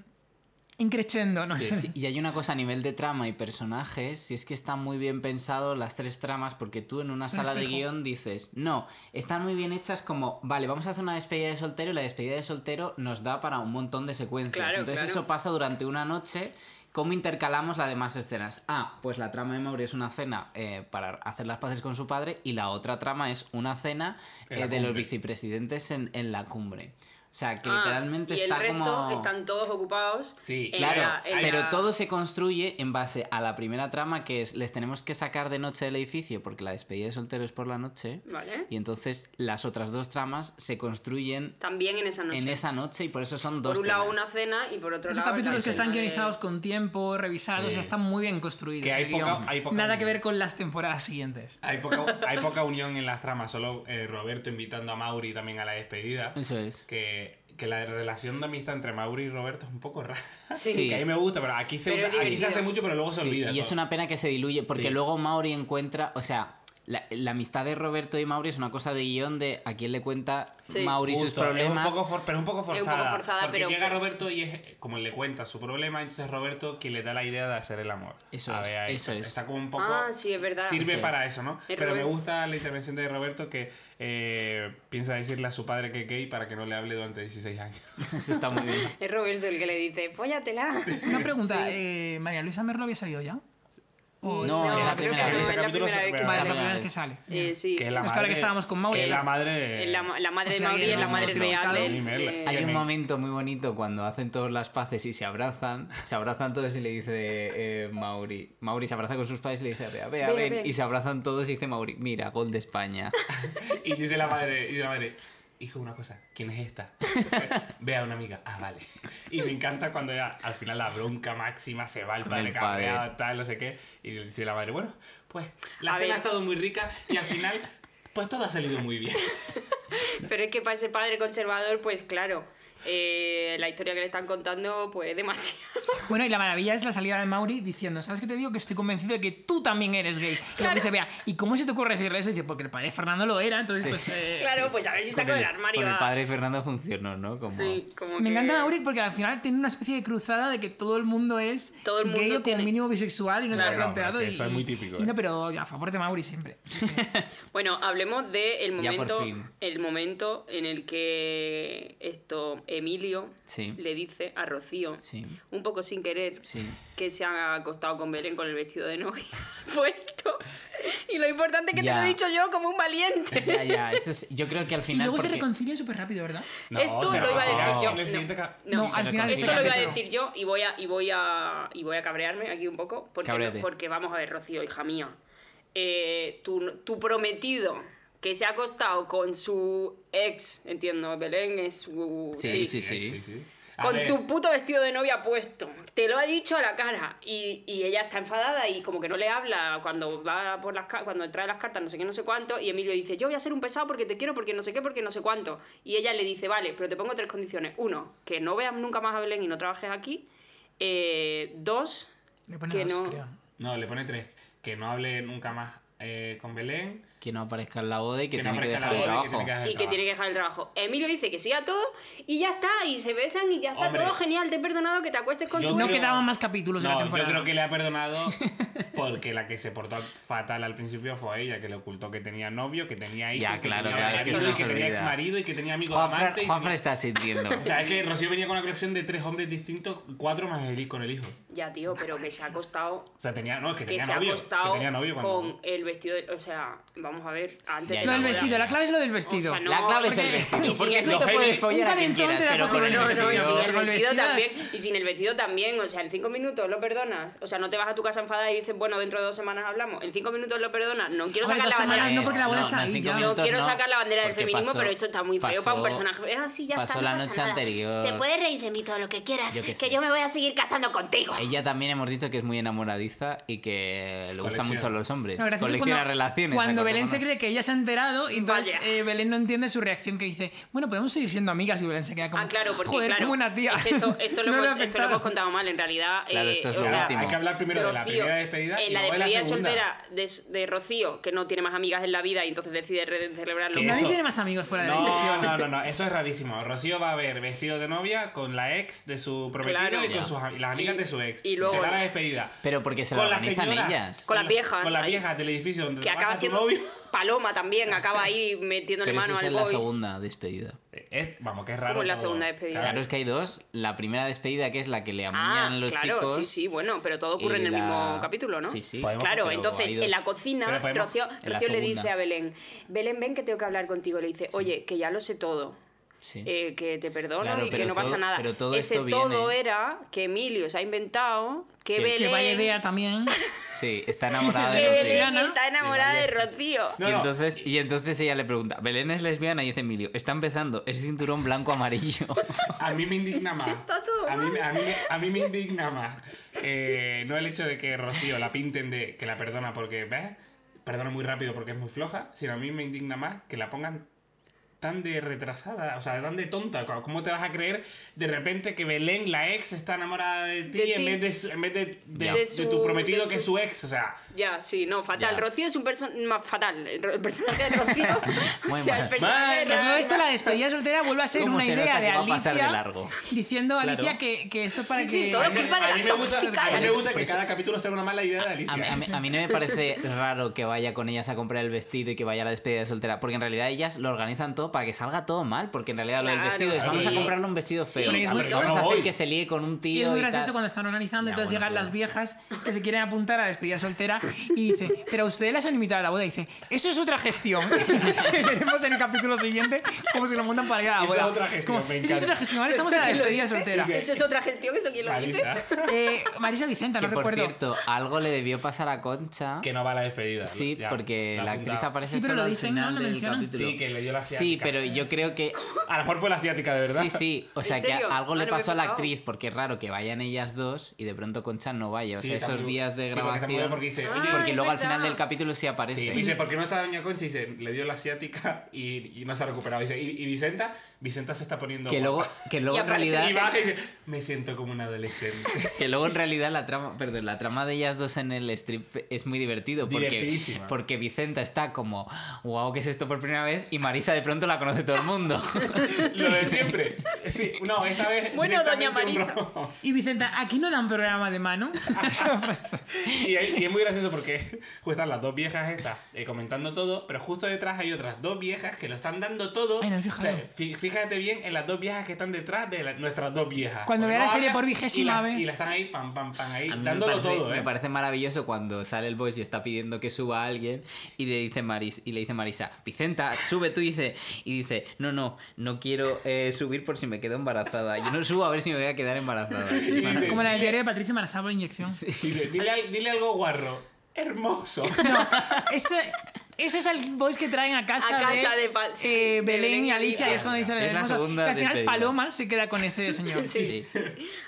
F: increciendo, ¿no?
E: Sí.
A: Sí, y hay una cosa a nivel de trama y personajes, y es que están muy bien pensado las tres tramas, porque tú en una sala de
F: espejo.
A: guión dices, no, están muy bien hechas como, vale, vamos a hacer una despedida de soltero y la despedida de soltero nos da para un montón de secuencias.
C: Claro,
A: Entonces
C: claro.
A: eso pasa durante una noche. ¿Cómo intercalamos las demás escenas? Ah, pues la trama de Mauri es una cena eh, para hacer las paces con su padre y la otra trama es una cena
E: En la
A: eh, de los
E: cumbre.
A: vicepresidentes en, en la cumbre. O sea, que
C: Ah,
A: literalmente
C: y el
A: está
C: resto
A: como...
C: están todos ocupados.
E: Sí,
C: en
A: Claro,
C: la- en
A: pero
C: la-
A: todo se construye en base a la primera trama que es les tenemos que sacar de noche del edificio porque la despedida de soltero es por la noche
C: Vale.
A: y entonces las otras dos tramas se construyen
C: También en esa noche.
A: en esa noche y por eso son dos
C: por un lado una
A: cenas.
C: cena y por otro
F: Esos
C: lado... la
F: capítulos que
C: cena
F: están
C: de-
F: guionizados con tiempo, revisados,
E: Sí.
F: o sea, están muy bien construidos.
E: Que hay
F: el guión.
E: poca- hay poca
F: Nada
E: unión.
F: que ver con las temporadas siguientes.
E: Hay poca, hay poca unión en las tramas, solo eh, Roberto invitando a Mauri también a la despedida.
A: Eso es.
E: Que, que la relación de amistad entre Mauri y Roberto es un poco rara.
C: Sí.
A: Sí.
E: Que a mí me gusta, pero aquí se,
C: Pero
E: usa-
C: es
E: aquí se
C: divertido.
E: hace mucho, pero luego se
A: Sí,
E: olvida.
A: y es
E: todo.
A: una pena que se diluye porque
E: Sí.
A: luego Mauri encuentra, o sea, la, la amistad de Roberto y Mauri es una cosa de guión de a quién le cuenta
C: Sí.
A: Mauri sus
E: Justo, es un
A: problemas.
E: poco for- pero es un poco
C: un poco
E: forzada.
C: forzada,
E: porque
C: pero-
E: llega Roberto y es como le cuenta su problema, entonces Roberto quien le da la idea de hacer el amor.
A: Eso
E: A
A: es,
E: ver, ahí
A: eso es.
E: Está como un poco...
C: Ah, sí, es verdad.
E: Sirve
A: Eso es.
E: para eso, ¿no?
C: El
E: Pero me
C: Roberto.
E: gusta la intervención de Roberto que eh, piensa decirle a su padre que es gay para que no le hable durante 16 años.
A: Eso está muy bien.
C: Es Roberto el que le dice, fóllatela.
F: Una pregunta, eh, María Luisa Merlo había salido ya.
A: No,
F: O-
A: es la
C: creo que
A: primera
C: no,
A: vez.
C: es la
E: Capítulo
C: primera vez que
E: se-
F: Vale, la
A: Esa
C: sale.
F: primera
A: vez.
F: vez que sale.
C: Eh, sí,
E: Que es la
F: Es que
E: madre,
F: ahora que estábamos con Mauri,
E: que es la madre de...
C: es la, ma- la madre
F: O
C: de
F: sea,
C: Mauri
F: que
C: es la
F: no
C: madre
F: hemos
C: real eh,
F: tocado.
C: de-
E: Ni merda.
C: de-
E: Ay,
A: Hay un
E: me-
A: momento muy bonito cuando hacen todos las paces y se abrazan. Se abrazan todos y le dice eh, Mauri. Mauri se abraza con sus padres y le dice, vea, vea,
C: Bea,
A: ven.
C: ven.
A: Y se abrazan todos y dice Mauri, mira, gol de España.
E: Y dice la madre, y dice la madre, hijo, una cosa, ¿quién es esta? Ve a una amiga, ah, vale. Y me encanta cuando ya, al final la bronca máxima se va, el
A: Con
E: padre
A: el padre.
E: cabreado, tal, no sé qué. Y dice la madre, bueno, pues la
C: A
E: cena
C: ver.
E: ha estado muy rica y al final, pues todo ha salido muy bien.
C: Pero es que para ese padre conservador, pues claro, eh, la historia que le están contando, pues es demasiado.
F: Bueno, y la maravilla es la salida de Mauri diciendo, ¿sabes qué te digo? Que estoy convencido de que tú también eres gay. Y luego dice, vea, ¿y cómo se te ocurre decirle eso? Y dice, porque el padre de Fernando lo era, entonces pues... eh,
C: claro, pues a ver si saco
A: Con el-
C: del armario.
A: Con el
C: a-
A: padre Fernando funcionó, ¿no? Como...
C: Sí, como
F: Me
C: que-
F: encanta Mauri porque al final tiene una especie de cruzada de que todo el mundo es
C: Todo el mundo
F: gay o
C: tiene-
F: como mínimo bisexual y no se
E: Claro,
F: lo ha planteado.
E: es que
F: y-
E: eso es muy típico,
F: y
E: ¿eh?
F: no, pero a favor de Mauri siempre.
C: Bueno, hablemos del
A: Ya por
C: momento,
A: fin.
C: el momento en el que esto Emilio
A: Sí.
C: le dice a Rocío,
A: Sí,
C: un poco sin querer,
A: sí.
C: que se ha acostado con Belén con el vestido de novia puesto. Y lo importante es que
A: Ya.
C: te lo he dicho yo como un valiente.
A: Ya, ya, eso es- yo creo que al
F: Y
A: final...
F: luego se
A: porque-
F: reconcilian súper rápido, ¿verdad?
C: Esto lo iba a decir yo.
E: En el
C: No.
E: siguiente ca-
F: No,
A: se
F: al final de este
C: Esto lo iba a
F: capítulo.
C: decir yo y voy a, y voy a, y voy a cabrearme aquí un poco. Porque,
A: Cabréate.
C: porque vamos a ver, Rocío, hija mía. eh, tu, tu prometido que se ha acostado con su ex, entiendo, Belén es su.
A: Sí, sí, sí.
E: A
C: Con
E: ver,
C: tu puto vestido de novia puesto. Te lo ha dicho a la cara. Y, y ella está enfadada y como que no le habla cuando va por las ca- cuando trae las cartas, no sé qué, no sé cuánto. Y Emilio dice, yo voy a ser un pesado porque te quiero, porque no sé qué, porque no sé cuánto. Y ella le dice, vale, pero te pongo tres condiciones. Uno, que no veas nunca más a Belén y no trabajes aquí. Eh, dos,
F: Le ponen
C: Que
F: dos,
C: no.
F: creo.
E: No, le pone tres. Que no hable nunca más eh, con Belén.
A: Que no aparezca en la boda y que,
E: Que no
A: tiene que
E: aparezca
A: dejar el
E: en la boda y
A: trabajo.
E: que tiene que dejar-
C: y que tiene que dejar el trabajo. Emilio dice que sí a todo y ya está. Y se besan y ya está
E: Hombre.
C: todo genial. Te he perdonado que te acuestes con
E: Yo
C: tu
E: creo-
F: No
C: ex.
F: quedaban más capítulos de la
E: No, yo
F: temporada.
E: creo que le ha perdonado Porque la que se portó fatal al principio fue ella, que le ocultó que tenía novio, que tenía hijos,
A: Ya,
E: que
A: claro,
E: tenía
A: claro, es que
E: marido,
A: se nos
E: que tenía
A: olvida.
E: ex marido y que tenía amigos
A: Juanfra,
E: amantes. y
A: Juanfra
E: tenía-
A: está sintiendo.
E: O sea, es que Rocío venía con una colección de tres hombres distintos, cuatro más el, con el hijo.
C: Ya, tío, pero que se ha costado.
E: O sea, tenía, no, es que
C: Que
E: tenía
C: se ha
E: novio.
C: costado
E: que tenía novio cuando...
C: con el vestido. de- o sea, vamos a ver. Antes
A: Ya, ya,
C: de
D: Lo del
A: ya.
D: vestido, la clave es lo del vestido.
C: O sea, no,
A: la clave es el
C: porque- y
A: vestido.
C: sin
A: Porque
C: el
A: tú te
C: vestido-
A: puedes follar a quien
D: calentón
A: quieras,
D: de la
A: pero con el
D: cocina,
C: No, no, y
A: vestido.
D: sí.
C: sin el
D: Con el
C: vestido
D: vestido
C: también.
D: es-
C: Y sin el vestido también. O sea, en cinco minutos lo perdonas. O sea, no te vas a tu casa enfadada y dices, bueno, dentro de dos semanas hablamos. En cinco minutos lo perdonas. No quiero
D: Hombre,
C: sacar
D: dos
C: la bandera.
D: semanas no, porque la abuela está
A: en
D: ahí
A: cinco
D: ya.
C: No
A: minutos
C: quiero
A: Eh, no,
C: sacar la bandera del
A: porque
C: feminismo,
A: pasó-
C: pero esto está muy feo para un
A: pasó-
C: personaje. Es así, ya
A: pasó
C: está. no
A: la
C: pasa
A: noche
C: nada.
A: anterior.
C: Te puedes reír de mí todo lo que quieras,
A: Yo qué
C: que,
A: sé.
C: yo me voy a seguir casando contigo.
A: Ella también hemos dicho que es muy enamoradiza y que le gustan
E: Colecciona.
A: mucho los hombres.
D: No, gracioso
A: Colecciona
D: cuando-
A: relaciones.
D: Cuando Belén se
A: acordémonos.
D: cree que ella se ha enterado, y entonces
C: Vaya.
D: eh, Belén no entiende su reacción que dice, bueno, podemos seguir siendo amigas y Belén se queda como...
C: Ah, claro, porque
D: Joder,
C: claro,
D: como una tía.
C: es que esto, esto lo
D: No le
C: hemos,
D: ha
C: esto lo hemos
D: afectado.
C: contado mal, en realidad.
A: Claro, esto es
C: o
A: lo
C: sea,
A: último.
E: Hay que hablar primero de la
C: Rocío,
E: primera despedida
C: eh,
E: y
C: la
E: luego de la
C: despedida
E: segunda.
C: soltera de, de Rocío, que no tiene más amigas en la vida y entonces decide re- celebrarlo.
E: Que
C: con-
D: Nadie
E: Eso.
D: tiene más amigos fuera de la
E: No, no, no, no, eso es rarísimo. Rocío va a ver vestido de novia con la ex de su prometido
C: Claro.
E: y con
A: Ya.
E: sus, am- las amigas
C: Y-
E: de su ex.
C: y luego-
E: Será la despedida.
A: Pero porque se lo
E: Con la
A: organizan
E: señora-
A: ellas.
C: Con las viejas,
E: Con las
C: ahí.
E: viejas del edificio donde
C: que
E: trabaja
C: acaba
E: tu
C: siendo
E: novio.
C: Paloma también, acaba ahí metiéndole
A: Pero eso
C: mano
A: es
C: al
A: en la
C: boys.
A: segunda despedida.
E: Eh, eh, vamos, que es raro.
C: Como en la
E: todo.
C: segunda despedida.
A: Claro, es que hay dos. La primera despedida, que es la que le
C: Ah,
A: amuñan los
C: claro,
A: chicos.
C: sí, sí, bueno, pero todo ocurre
A: y
C: en el
A: la-
C: mismo capítulo, ¿no?
A: Sí, sí.
E: Podemos-
C: Claro,
A: pero
C: entonces
A: hay dos.
C: en la cocina,
E: Pero podemos-
C: Rocío,
A: en la
C: Rocío le
A: segunda.
C: dice a Belén, Belén, ven que tengo que hablar contigo. Le dice, oye, que ya lo sé todo.
A: Sí.
C: eh, que te perdono
A: Claro,
C: y que
A: pero
C: no pasa
A: todo-
C: nada.
A: pero todo
C: Ese
A: esto
C: todo
A: viene-
C: era que Emilio se ha inventado que,
A: Que- que
C: Belén,
D: Que vaya idea también.
A: Sí, está enamorada
C: que
A: de los
C: Belén
A: griegos.
D: lesbiana.
C: está enamorada de Rocío.
E: No,
A: y,
E: no.
A: entonces, y entonces ella le pregunta, Belén es lesbiana y dice Emilio, está empezando, es cinturón blanco-amarillo.
E: A mí me indigna más.
C: está todo
E: a, mí, a, mí, a mí me indigna más. Eh, no el hecho de que Rocío la pinten de que la perdona porque, ¿ves? Perdona muy rápido porque es muy floja, sino a mí me indigna más que la pongan tan de retrasada, o sea, tan de tonta. Co- ¿Cómo te vas a creer de repente que Belén, la ex, está enamorada de ti
C: De ti.
E: en vez de, su- en vez de, de-
A: Ya.
E: de
C: De su-
E: tu prometido
C: de
E: que es
C: su-
E: su ex? O sea,
C: Ya, sí, no, fatal.
A: Ya.
C: Rocío es un personaje fatal. El el personaje de Rocío. o
A: Muy
C: sea, el
A: mal.
C: personaje de
D: Que todo
C: Rocío-
D: esto, la despedida soltera vuelve a ser
A: ¿Cómo
D: una
A: se
D: idea
A: nota
D: de
A: que va a pasar de
D: Alicia
A: largo?
D: diciendo a Alicia
A: Claro.
D: que, que esto es para
C: Sí,
D: que...
C: sí, todo
D: Vale,
C: culpa de
E: a
C: la
E: mí me gusta,
C: tóxica,
E: a mí me
C: la-
E: gusta que cada capítulo sea una mala idea de Alicia.
A: A mí, a mí- a mí no me parece raro que vaya con ellas a comprar el vestido y que vaya a la despedida de soltera, porque en realidad ellas lo organizan todo para que salga todo mal, porque en realidad lo del
C: Claro,
A: vestido es vamos a
C: sí.
A: comprarle un vestido feo,
C: Sí,
A: vamos
C: sí,
A: a
E: todo.
A: hacer
E: Voy.
A: que se líe con un
D: Y
A: tío
D: es muy
A: y tal.
D: gracioso cuando están organizando,
A: Ya,
D: entonces
A: bueno,
D: llegan
A: pero-
D: las viejas que se quieren apuntar a la despedida soltera y dice, pero ustedes las han invitado a la boda. Y dice, eso es otra gestión. Veremos en el capítulo siguiente cómo se lo montan para ir a la
E: Esa
D: boda.
E: es otra gestión, me
D: Eso es
E: encanta".
D: otra gestión, ahora estamos en la
C: ¿quién lo
D: despedida
C: dice?
D: soltera.
C: Eso es otra gestión, eso quién lo dice.
E: Marisa,
D: Eh, Marisa Vicenta,
A: Que
D: no
A: por
D: recuerdo.
A: cierto, algo le debió pasar a Concha.
E: que no va a la despedida.
A: Sí,
E: ya,
A: porque
E: lo
A: la
E: he
A: actriz
E: apuntado.
A: aparece
D: Sí, pero
A: solo
D: lo
A: al
D: dicen,
A: final
D: ¿no? Lo
A: del
D: mencionan.
A: capítulo.
E: Sí, que le dio la
A: Sí,
E: asiática.
A: pero yo creo que
E: A lo mejor fue la asiática, de verdad.
A: Sí, sí, o sea
C: ¿En
A: que
C: serio?
A: algo le
C: Ah, no me
A: pasó a la
C: acordaba.
A: actriz, porque es raro que vayan ellas dos y de pronto Concha no vaya, o
E: Sí,
A: sea, esos
E: también-
A: días de
E: sí, porque está muy
A: grabación.
E: bien porque dice,
C: Ah,
E: oye,
A: porque
C: es
A: luego al
C: verdad.
A: final del capítulo sí
E: Sí,
A: aparece.
E: dice, ¿por qué no está Doña Concha? Y dice, le dio la asiática y, y no se ha recuperado. Dice, ¿y, y Vicenta? Vicenta se está poniendo.
A: que luego,
E: guapa.
A: que luego
C: Y
A: en
C: aparece
A: realidad.
E: Y baja y dice, me siento como una adolescente.
A: Que luego en realidad la trama, perdón, la trama de ellas dos en el strip es muy divertido porque,
E: Divertidísima.
A: porque Vicenta está como, wow, ¿qué es esto por primera vez? Y Marisa de pronto la conoce todo el mundo.
E: Lo de siempre. Sí, no, esta vez.
C: Bueno, Doña
E: directamente
C: Marisa.
E: un robo.
D: Y Vicenta, aquí no dan programa de mano.
E: Y, es- y es muy gracioso porque pues, están las dos viejas estas eh, comentando todo, pero justo detrás hay otras dos viejas que lo están dando todo.
D: Ay, no, fíjate.
E: O sea, fí- fíjate bien en las dos viejas que están detrás de la- nuestras dos viejas.
D: Cuando
E: Porque
D: vea la
E: no
D: serie
E: hablan
D: por vigésima
E: y la-
D: vez.
E: Y la están ahí, pam, pam, pam, ahí,
A: A mí
E: dándolo
A: me parece,
E: todo, ¿eh?
A: me parece maravilloso cuando sale el voice y está pidiendo que suba a alguien y le dice Maris y le dice Marisa, Vicenta, sube tú y dice y dice, "No, no, no quiero eh, subir por si me quedo embarazada. Yo no subo a ver si me voy a quedar embarazada."
E: Y dice,
D: Como la del diario de Patricia Marazá por inyección.
E: Dile, dile al- dile algo guarro. Hermoso.
D: No, ese, ese es el voice que traen a casa,
C: A casa de pa- sí,
D: eh,
C: de
D: Belén, y Alicia. y es cuando dice
A: Es la
D: hermosa,
A: segunda
D: que al final
A: despedida.
D: Paloma se queda con ese señor.
A: Sí.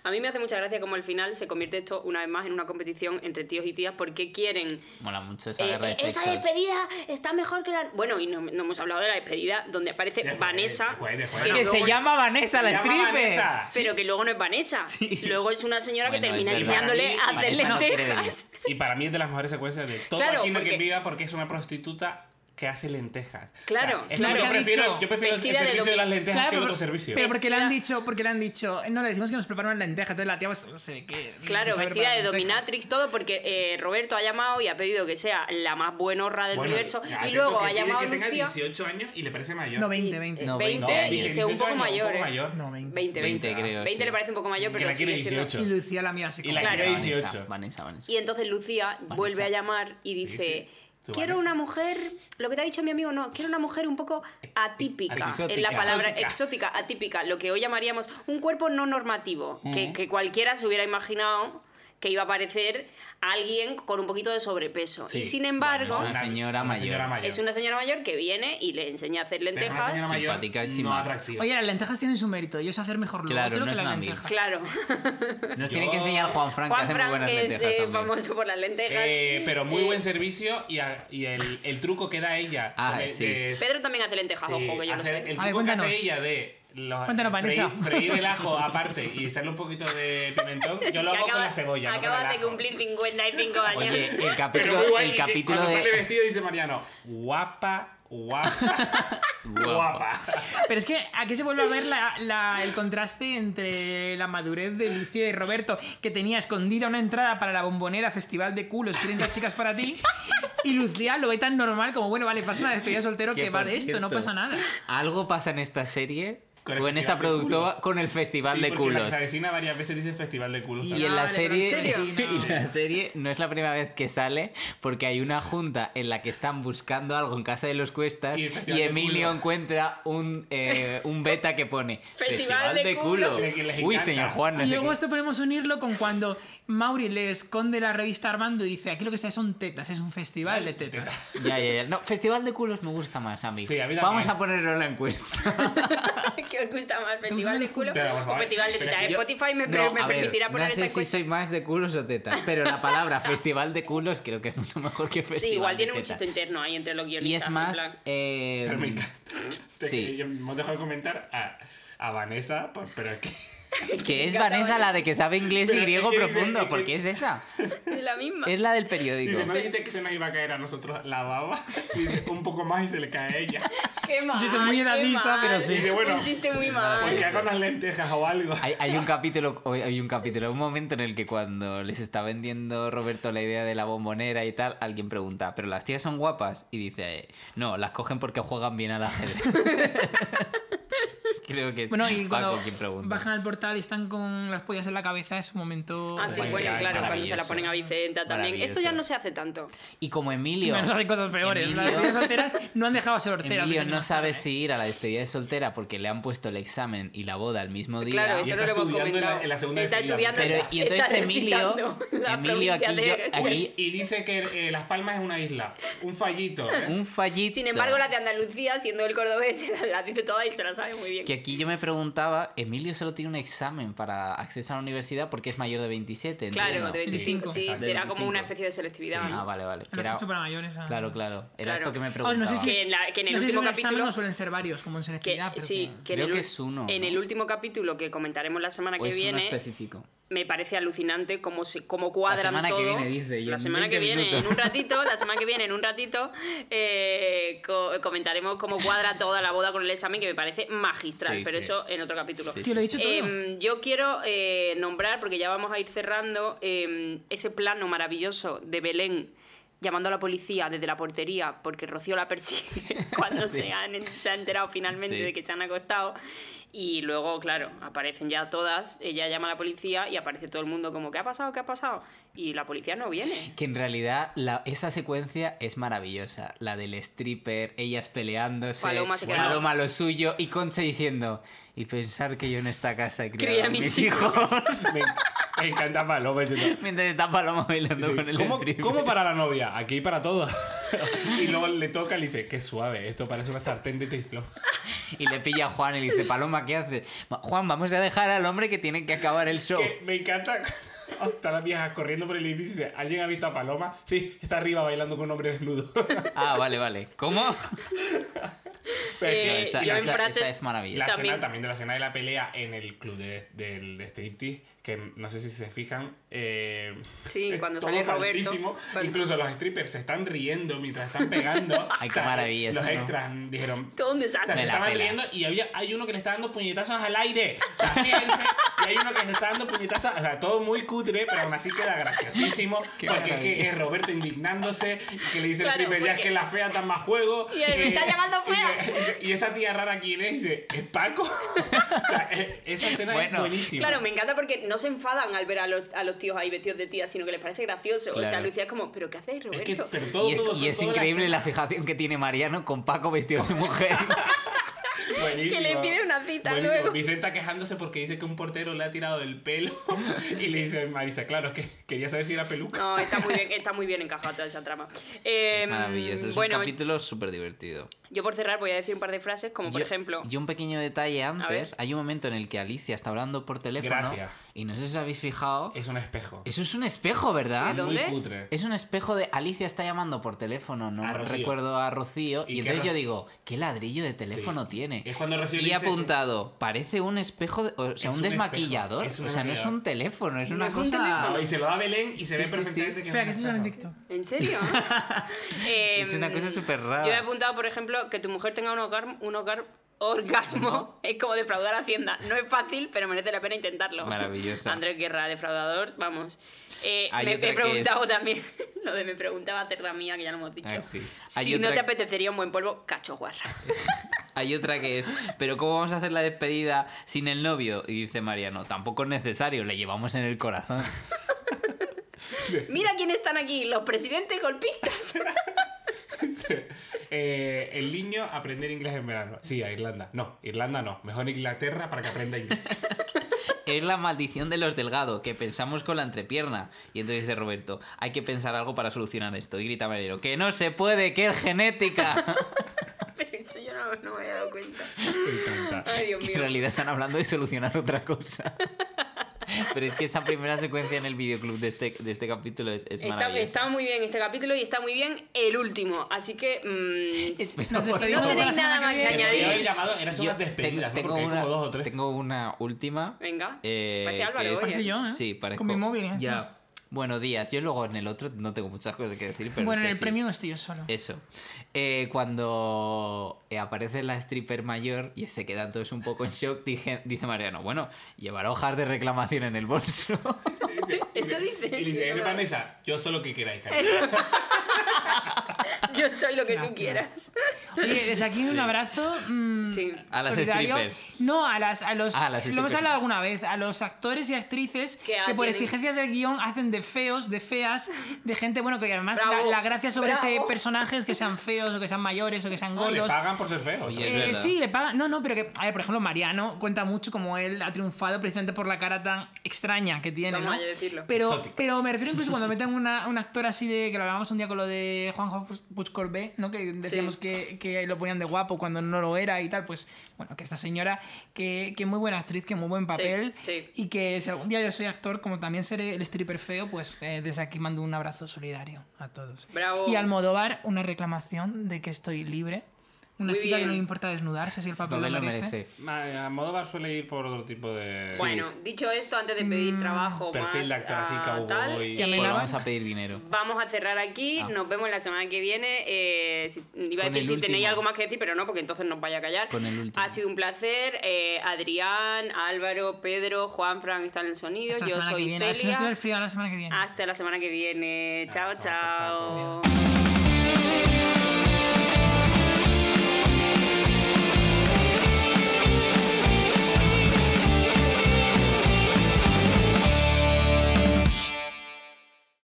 C: A mí me hace mucha gracia como al final se convierte esto una vez más en una competición entre tíos y tías porque quieren
A: Mola mucho esa
C: Eh,
A: guerra de
C: eh, esa
A: sexos.
C: despedida está mejor que la. Bueno, y no, no hemos hablado de la despedida donde aparece
E: Después,
C: Vanessa.
E: después, después.
C: que
A: Que
C: luego-
A: se llama Vanessa la
E: Llama
A: stripper.
E: Vanessa.
C: Pero que luego no es Vanessa. Luego es una señora que
A: Bueno,
C: termina
A: es verdad.
C: enseñándole a
E: Para mí,
C: hacer
A: Vanessa no quiere
C: lentejas.
E: Y para mí es de las mejores secuencias de todo
C: Claro,
E: aquí en
C: porque-
E: que viva porque es una prostituta que hace lentejas.
C: Claro,
E: es que
C: claro.
E: Yo
D: Han
E: prefiero,
D: dicho,
E: yo prefiero el
C: vestida de
E: servicio de,
C: lo-
E: las lentejas
D: Claro,
E: que el
D: pero-
E: otro servicio.
D: Pero porque le han
C: Vestida-
D: dicho, porque le han dicho, no, le decimos que nos prepara una lenteja, entonces la tía pues, no sé qué.
C: Claro, vestida
D: sabe preparar
C: de
D: lentejas.
C: dominatrix, todo, porque eh, Roberto ha llamado y ha pedido que sea la más buenorra del
E: Bueno,
C: universo.
E: atento
C: Y luego
E: que
C: ha
E: pide
C: llamado a
E: que tenga
C: Lucía.
E: 18 años y le parece mayor.
D: No,
E: No,
D: 20, 20.
A: No,
C: 20, y
A: 20,
C: dice un
E: 18
C: poco
E: años,
C: mayor.
E: poco
C: eh.
E: mayor.
D: No, 20.
C: 20, 20.
A: 20, creo,
C: 20
A: sí.
C: le parece un poco mayor,
E: Que
C: pero
E: la quiere
C: sigue siendo-
E: 18.
D: Y Lucía la mira así
E: Y
D: como-
E: la
C: Claro.
E: quiere
A: Vanessa,
E: 18.
A: Vanessa, Vanessa.
C: Y entonces Lucía vuelve a llamar y dice,
E: Sí, sí. Tú
C: quiero
E: Vanessa".
C: una mujer, lo que te ha dicho mi amigo, no, quiero una mujer un poco atípica,
A: Exótica.
C: en la palabra
E: Exótica.
C: exótica. atípica, lo que hoy llamaríamos un cuerpo no normativo,
E: Mm.
C: que, que cualquiera se hubiera imaginado que iba a parecer alguien con un poquito de sobrepeso.
E: Sí.
C: y sin embargo,
A: Bueno, Una señora
E: una
A: mayor.
C: es una señora mayor que viene y le enseña a hacer
E: Pero una señora
C: lentejas.
E: mayor
A: Simpaticísima.
E: no atractiva.
D: Oye, las lentejas tienen su mérito. Yo sé hacer mejor lo
A: Claro,
D: otro
A: no
D: que
A: es
D: las
A: una mil.
D: lentejas.
C: Claro.
A: Nos
E: Yo-
A: tiene que enseñar Juan Frank,
C: Juan
A: que hace muy
C: Frank
A: buenas
C: es
A: lentejas
C: eh,
A: también.
C: famoso por las lentejas.
E: Eh, pero muy
C: Eh,
E: buen servicio y, a- y el, el truco que da ella.
A: Ah,
E: de-
A: sí.
E: de-
C: Pedro también hace lentejas,
E: sí,
C: ojo, que yo lo
E: hacer
C: sé.
E: El
D: A ver,
E: truco que
D: cuéntanos.
E: hace ella de... los-
D: Cuéntanos, Vanessa.
E: freír, freír el ajo aparte y echarle un poquito de pimentón. Yo lo
C: Que
E: hago con
C: acaba-
E: la cebolla. no con
C: Acabas
E: el
C: de
E: ajo.
C: cumplir 55 años.
A: Oye, el
E: Pero
A: capítulo,
E: muy guay, y
A: el
E: que
A: capítulo
E: cuando sale
A: de...
E: vestido dice Mariano, guapa, guapa, guapa.
D: Pero es que aquí se vuelve a ver la- la- el contraste entre la madurez de Lucía y Roberto, que tenía escondida una entrada para la bombonera Festival de Culos, 30 chicas para ti, y Lucía lo ve tan normal como, bueno, vale, pasa una despedida de soltero
A: Que
D: que va
A: por
D: de esto, no
A: cierto,
D: pasa nada.
A: Algo pasa en esta serie
E: Con el
A: o en esta
E: festival de
A: productora con el festival de culos.
E: La vecina varias veces dice festival de culos.
A: Y
E: también.
A: en la
D: Vale, pero ¿en
A: serie
D: serio?
A: y la serie no es la primera vez que sale porque hay una junta en la que están buscando algo en casa de los cuestas
E: Y
A: y,
E: el festival de
A: Emilio
E: culo.
A: encuentra un, eh, un beta que pone
C: Festival
A: Festival
C: de
A: de culo.
E: culos. Que les
A: Uy,
E: encanta.
A: señor Juan, no
D: Y
A: sé
D: luego
A: qué.
D: esto podemos unirlo con cuando Mauri le esconde la revista a Armando y dice, aquí lo que sea son tetas, es un festival de tetas.
A: Ya, ya, ya. No, Festival de culos me gusta más a mí.
E: Sí, a mí también.
A: Vamos a ponerlo en la encuesta.
C: ¿Qué os gusta más? ¿Festival de culo
E: Pero, por
C: o
E: favor,
C: festival de
E: pero
C: teta?
E: es que yo-
C: Spotify me,
A: No,
C: me
A: a ver,
C: permitirá poner
A: no
C: esta
A: sé si
C: encuesta.
A: soy más de culos o tetas, pero la palabra Festival de culos creo que es mucho mejor que
C: Sí,
A: Festival
C: igual
A: de
C: tiene un
A: tetas.
C: chiste interno ahí entre los guionistas.
A: Y es
C: en
A: más...
C: plan-
A: eh,
E: Pero me encanta.
A: sí.
E: Yo me dejo de comentar a, a Vanessa, por- pero es que.
A: Que es
C: Cada
A: Vanessa la de que sabe inglés y
E: Pero
A: griego
E: es que-
A: profundo,
E: es que-
A: porque es esa.
C: Es la misma.
A: Es la del
E: Dice,
A: periódico.
E: no dijiste que se nos iba a caer a nosotros la baba. Dice, un poco más y se le cae a ella.
C: Qué mal,
D: chiste muy
C: qué
D: edadista,
C: mal.
D: pero sí.
E: Dice, bueno,
C: Un chiste muy
E: Porque
C: mal.
E: haga unas lentejas o algo.
A: Hay, hay un capítulo, o hay un capítulo, un momento en el que cuando les está vendiendo Roberto la idea de la bombonera y tal, alguien pregunta, ¿pero las tías son guapas? Y dice, eh, no, las cogen porque juegan bien al ajedrez. Creo que es
D: Bueno, y cuando
A: Paco quien pregunta.
D: bajan al portal y están con las pollas en la cabeza, es un momento...
C: Ah, sí,
A: Pues
C: bueno,
A: ya,
C: claro, cuando se la
A: maravilloso.
C: ponen a Vicenta también. Esto ya
A: Maravilloso.
C: no se hace tanto.
A: Y como
D: Y
A: Emilio...
D: menos hacen cosas peores. Las
A: Emilio-
D: despedidas solteras no han dejado a ser horteras.
A: Emilio
D: de
A: no
D: tener-
A: sabe si ir a la despedida de soltera porque le han puesto el examen y la boda al mismo día.
C: Claro,
E: Y
C: esto no
E: está
C: lo hemos
E: estudiando en la-
C: comentado.
E: en la segunda
C: está
E: despedida.
C: estudiando.
A: Pero, y entonces
C: está
A: Emilio,
C: recitando la
A: Emilio
C: provincia
A: aquí,
C: de-
A: yo- aquí
E: Y dice que eh, Las Palmas es una isla. Un fallito.
A: un fallito.
C: Sin embargo, las de Andalucía, siendo el cordobés, se las la dice todas y se las sabe muy bien.
A: Que aquí yo me preguntaba, Emilio solo tiene un examen para acceso a la universidad porque es mayor de 27,
C: Claro,
A: entiendo.
C: de 25, sí,
A: Exacto, de
C: será como
A: 25.
C: una especie de
A: Sí,
C: selectividad. ¿no?
A: Ah, vale, vale. Que
D: Los
A: era-
D: super mayores. ah.
A: Claro, claro. Era
C: Claro.
A: esto que me
D: Ah,
A: preguntaba.
D: no sé si
C: Que en la- que en el
D: no sé si
C: último
D: un examen
C: capítulo-
D: no suelen ser varios, como en
C: Que,
D: selectividad. pero
C: sí,
D: que-
C: que en
A: Creo
C: el
A: que
C: ul-
A: es uno,
C: En
A: ¿no?
C: el último capítulo que comentaremos la semana
A: O
C: que
A: es Pues uno
C: viene,
A: específico.
C: me parece alucinante cómo se cómo cuadran
A: semana que
C: todo.
A: viene, dice, y
C: la
A: en
C: semana que
A: 20
C: viene en
A: minutos.
C: un ratito la semana que viene en un ratito eh, co- comentaremos cómo cuadra toda la boda con el examen que me parece magistral
A: Sí,
C: pero
A: sí.
C: eso en otro capítulo
A: Sí,
D: Tío, lo he dicho todo.
C: Em, yo quiero eh, nombrar porque ya vamos a ir cerrando em, ese plano maravilloso de Belén llamando a la policía desde la portería porque Rocío la persigue cuando se, han, se ha enterado finalmente
A: Sí.
C: de que se han acostado. Y luego, claro, aparecen ya todas, ella llama a la policía y aparece todo el mundo como, ¿qué ha pasado? ¿Qué ha pasado? Y la policía no viene.
A: Que en realidad la- esa secuencia es maravillosa. La del stripper, ellas peleándose,
C: Paloma se queda-
A: Paloma lo suyo y Concha diciendo, y pensar que yo en esta casa he criado
C: Cría
A: a
C: mis
A: mis hijos.
E: Me, me encanta Paloma. diciendo,
A: Mientras está Paloma bailando
E: dice,
A: con el
E: ¿Cómo,
A: stripper.
E: cómo para la novia? Aquí para todos. y luego le toca y le dice, qué suave, esto parece una sartén de teflón.
A: Y le pilla a Juan y le dice, Paloma, ¿qué haces? Ma- Juan, vamos a dejar al hombre que tiene que acabar el show.
E: Que me encanta. Hasta las viejas corriendo por el edificio y dice, ¿alguien ha visto a Paloma? Sí, está arriba bailando con un hombre desnudo.
A: Ah, vale, vale. ¿Cómo?
E: Pero
C: Eh,
A: esa,
C: yo en
A: esa-
C: frases-
A: esa es
E: La
A: maravillosa.
C: Eh, También-
E: escena también de la escena de la pelea en el club de- del striptease, que no sé si se fijan. eh,
C: Sí,
E: es
C: cuando
E: todo
C: sale Roberto,
E: falsísimo.
C: cuando-
E: Incluso los strippers se están riendo mientras están pegando.
A: Ay, qué maravilla
E: Los
A: eso, ¿no?
E: extras dijeron.
C: Todo un
E: O sea,
C: desastre.
E: se
A: Me la
E: estaban
A: pela.
E: riendo y había, hay uno que le está dando puñetazos al aire. O sea, fíjense, y hay uno que le está dando puñetazos. O sea, todo muy cutre, pero aún así queda graciosísimo. porque es que
A: maravilla.
E: es Roberto indignándose, que le dice
C: Claro,
E: el stripper, ya es
C: porque-
E: que la fea da más juego.
C: Y él, "Me está llamando
E: y-
C: fea".
E: Y, esa tía rara quién es, y dice, ¿es Paco? o sea, e- esa escena es
A: Bueno,
E: buenísima.
C: Claro, me encanta porque no se enfadan al ver a los, a los tíos ahí vestidos de tía, sino que les parece gracioso. O sea,
A: Claro.
C: Lucía es como, ¿pero qué hacéis,
E: es que,
C: Roberto?
E: pero todo,
A: Y es,
E: todo,
A: y es
E: toda
A: increíble la
E: escena-
A: fijación que tiene Mariano con Paco vestido de mujer.
E: Buenísimo.
C: Que le pide una cita
E: Buenísimo.
C: luego.
E: Vicenta quejándose porque dice que un portero le ha tirado del pelo. y le dice Marisa, claro, es que quería saber si era peluca.
C: No, está muy bien, está muy bien encajada toda esa trama.
E: Em,
C: Eh,
A: Maravilloso. Es
C: bueno,
A: un capítulo súper divertido.
C: yo por cerrar voy a decir un par de frases, como por
A: Yo-
C: ejemplo,
A: Y un pequeño detalle antes.
C: ver.
A: Hay un momento en el que Alicia está hablando por teléfono.
E: Gracias.
A: Y no sé si habéis fijado.
E: Es un espejo.
A: Eso es un espejo, ¿verdad?
C: ¿De dónde?
E: Muy cutre.
A: Es un espejo de Alicia está llamando por teléfono, no
E: A Rocío.
A: recuerdo a Rocío. Y,
E: ¿Y qué
A: entonces yo
E: Rocío?
A: digo, ¿qué ladrillo de teléfono
E: Sí.
A: tiene?
E: Es cuando Rocío le
A: Y he
E: dice que-
A: apuntado, parece un espejo, de- o sea,
E: Es
A: un
E: un
A: desmaquillador.
E: espejo, es un
A: o sea, no es
E: desmaquillador.
A: un teléfono, es una
C: es un
A: cosa.
C: teléfono.
E: Ah, y se lo da a Belén y se
A: Sí,
E: ve
A: sí,
E: perfectamente que
D: Espera, que
E: es
D: esto
E: un
D: sale en
E: espejo.
D: TikTok.
C: ¿en serio? Eh,
A: Es una cosa súper rara.
C: Yo he apuntado, por ejemplo, que tu mujer tenga un, hogar, un hogar- orgasmo. Es como defraudar a Hacienda. No es fácil, pero merece la pena intentarlo.
A: Maravillosa.
C: Andrés Guerra, defraudador, vamos. Eh,
A: Hay
C: me,
A: otra
C: me he
A: que
C: preguntado también, lo de me preguntaba cerda mía, que ya lo hemos dicho.
A: Ah, sí. Hay
C: Si no
A: otra-
C: te apetecería un buen polvo, cacho guarra.
A: Hay otra que es, pero ¿cómo vamos a hacer la despedida sin el novio? Y dice Mariano, tampoco es necesario, le llevamos en el corazón.
C: Mira quiénes están aquí, los presidentes golpistas.
E: Eh, el niño aprender inglés en verano. Sí, a Irlanda. No, Irlanda no. Mejor Inglaterra para que aprenda inglés.
A: Es la maldición de los delgados, que pensamos con la entrepierna. Y entonces dice Roberto, hay que pensar algo para solucionar esto. Y grita Mariano, que no se puede, que es genética.
C: Pero eso yo no, no me había dado cuenta.
E: Me encanta.
C: Ay, Dios
A: Que
C: mío.
A: en realidad están hablando de solucionar otra cosa. Pero es que esa primera secuencia en el videoclub de este, de este capítulo es, es
C: Está,
A: maravillosa.
C: está muy bien este capítulo y está muy bien el último. Así que. mm,
A: Pero por
C: no
A: favor.
D: Seguimos la
C: tenéis nada
D: semana
C: más
D: que
C: que
E: Pero si haber
C: añadir.
E: llamado, eran
A: Yo
E: unas despedidas,
A: tengo, tengo
E: ¿no? Porque hay como
A: una,
E: dos o tres.
A: tengo una última.
C: Venga.
A: eh,
C: Parece Álvaro,
A: que es-
C: oye.
D: Parece yo, ¿eh?
A: Sí, parezco.
D: Con mi móvil, ¿eh?
A: Ya. Bueno, días. Yo luego en el otro no tengo muchas cosas que decir, pero
D: bueno, en
A: este
D: el
A: sí.
D: premio estoy yo solo.
A: Eso. Eh, cuando eh, aparece la stripper mayor y se quedan todos un poco en shock, dije- dice Mariano, bueno, llevará hojas de reclamación en el bolso.
E: Sí, sí. Y
C: Eso
E: le-
C: dice.
E: Y le dice, "Eres Vanessa, yo solo que queráis, cariño".
C: Yo soy lo que tú
D: Gracias.
C: quieras.
D: Oye, desde aquí un abrazo. mm,
C: Sí.
A: A las
D: solidario.
A: strippers. Ah,
D: No, a las. A los,
A: A las
D: lo hemos
A: strippers.
D: hablado alguna vez. A los actores y actrices
C: Que
D: que, por
C: tienen-
D: exigencias del guión hacen de feos, de feas, de gente, bueno, que además la,
C: Bravo,
D: la gracia sobre ese
C: bravo.
D: personaje es que sean feos o que sean mayores o que sean
E: No, le
D: gordos.
E: pagan por ser feo.
A: Oye,
E: también.
A: Es
D: Eh,
A: verdad.
D: sí, le pagan. No, no, pero que. A ver, por ejemplo, Mariano cuenta mucho como él ha triunfado precisamente por la cara tan extraña que tiene.
C: Vamos
D: ¿no?
C: a decirlo.
D: Pero,
E: Exótica.
D: pero me refiero incluso cuando meten una, un actor así de. que lo hablábamos un día con lo de Juanjo Puchcorbé, ¿no? Que decíamos
C: Sí.
D: que, que lo ponían de guapo cuando no lo era y tal. Pues bueno, que esta señora, que, que muy buena actriz, que muy buen papel.
C: sí.
D: Y que si algún día yo soy actor, como también seré el stripper feo, pues eh, desde aquí mando un abrazo solidario a todos.
C: Bravo.
D: Y Almodóvar, una reclamación de que estoy libre. Una
C: Muy
D: chica
C: bien.
D: que no le importa desnudarse si el papel,
A: Papel
D: lo
A: lo
D: merece.
A: merece.
E: Ma- Almodóvar suele ir por otro tipo de...
C: Bueno, dicho esto, antes de pedir trabajo
E: Perfil
C: más
E: de actor así,
C: a
E: cowboy.
C: tal,
E: Y
A: Pues
D: Elena-
A: vamos Mm. a pedir dinero.
C: Vamos a cerrar aquí,
A: Ah.
C: nos vemos la semana que viene. eh, si- iba a
A: Con
C: decir
A: el
C: si tenéis
A: último.
C: algo más que decir, pero no, porque entonces nos vaya a callar.
A: Con el último.
C: Ha sido un placer. eh, Adrián, Álvaro, Pedro, Juan, Fran están en el sonido.
D: Hasta la
C: Yo
D: semana que
C: soy
D: viene. A ver si nos da
C: Celia.
D: el
C: Ah,
D: frío la semana que viene.
C: Hasta la semana que viene.
E: Ah,
C: Chao,
E: toma por
C: chao.
E: saco.
D: Adiós.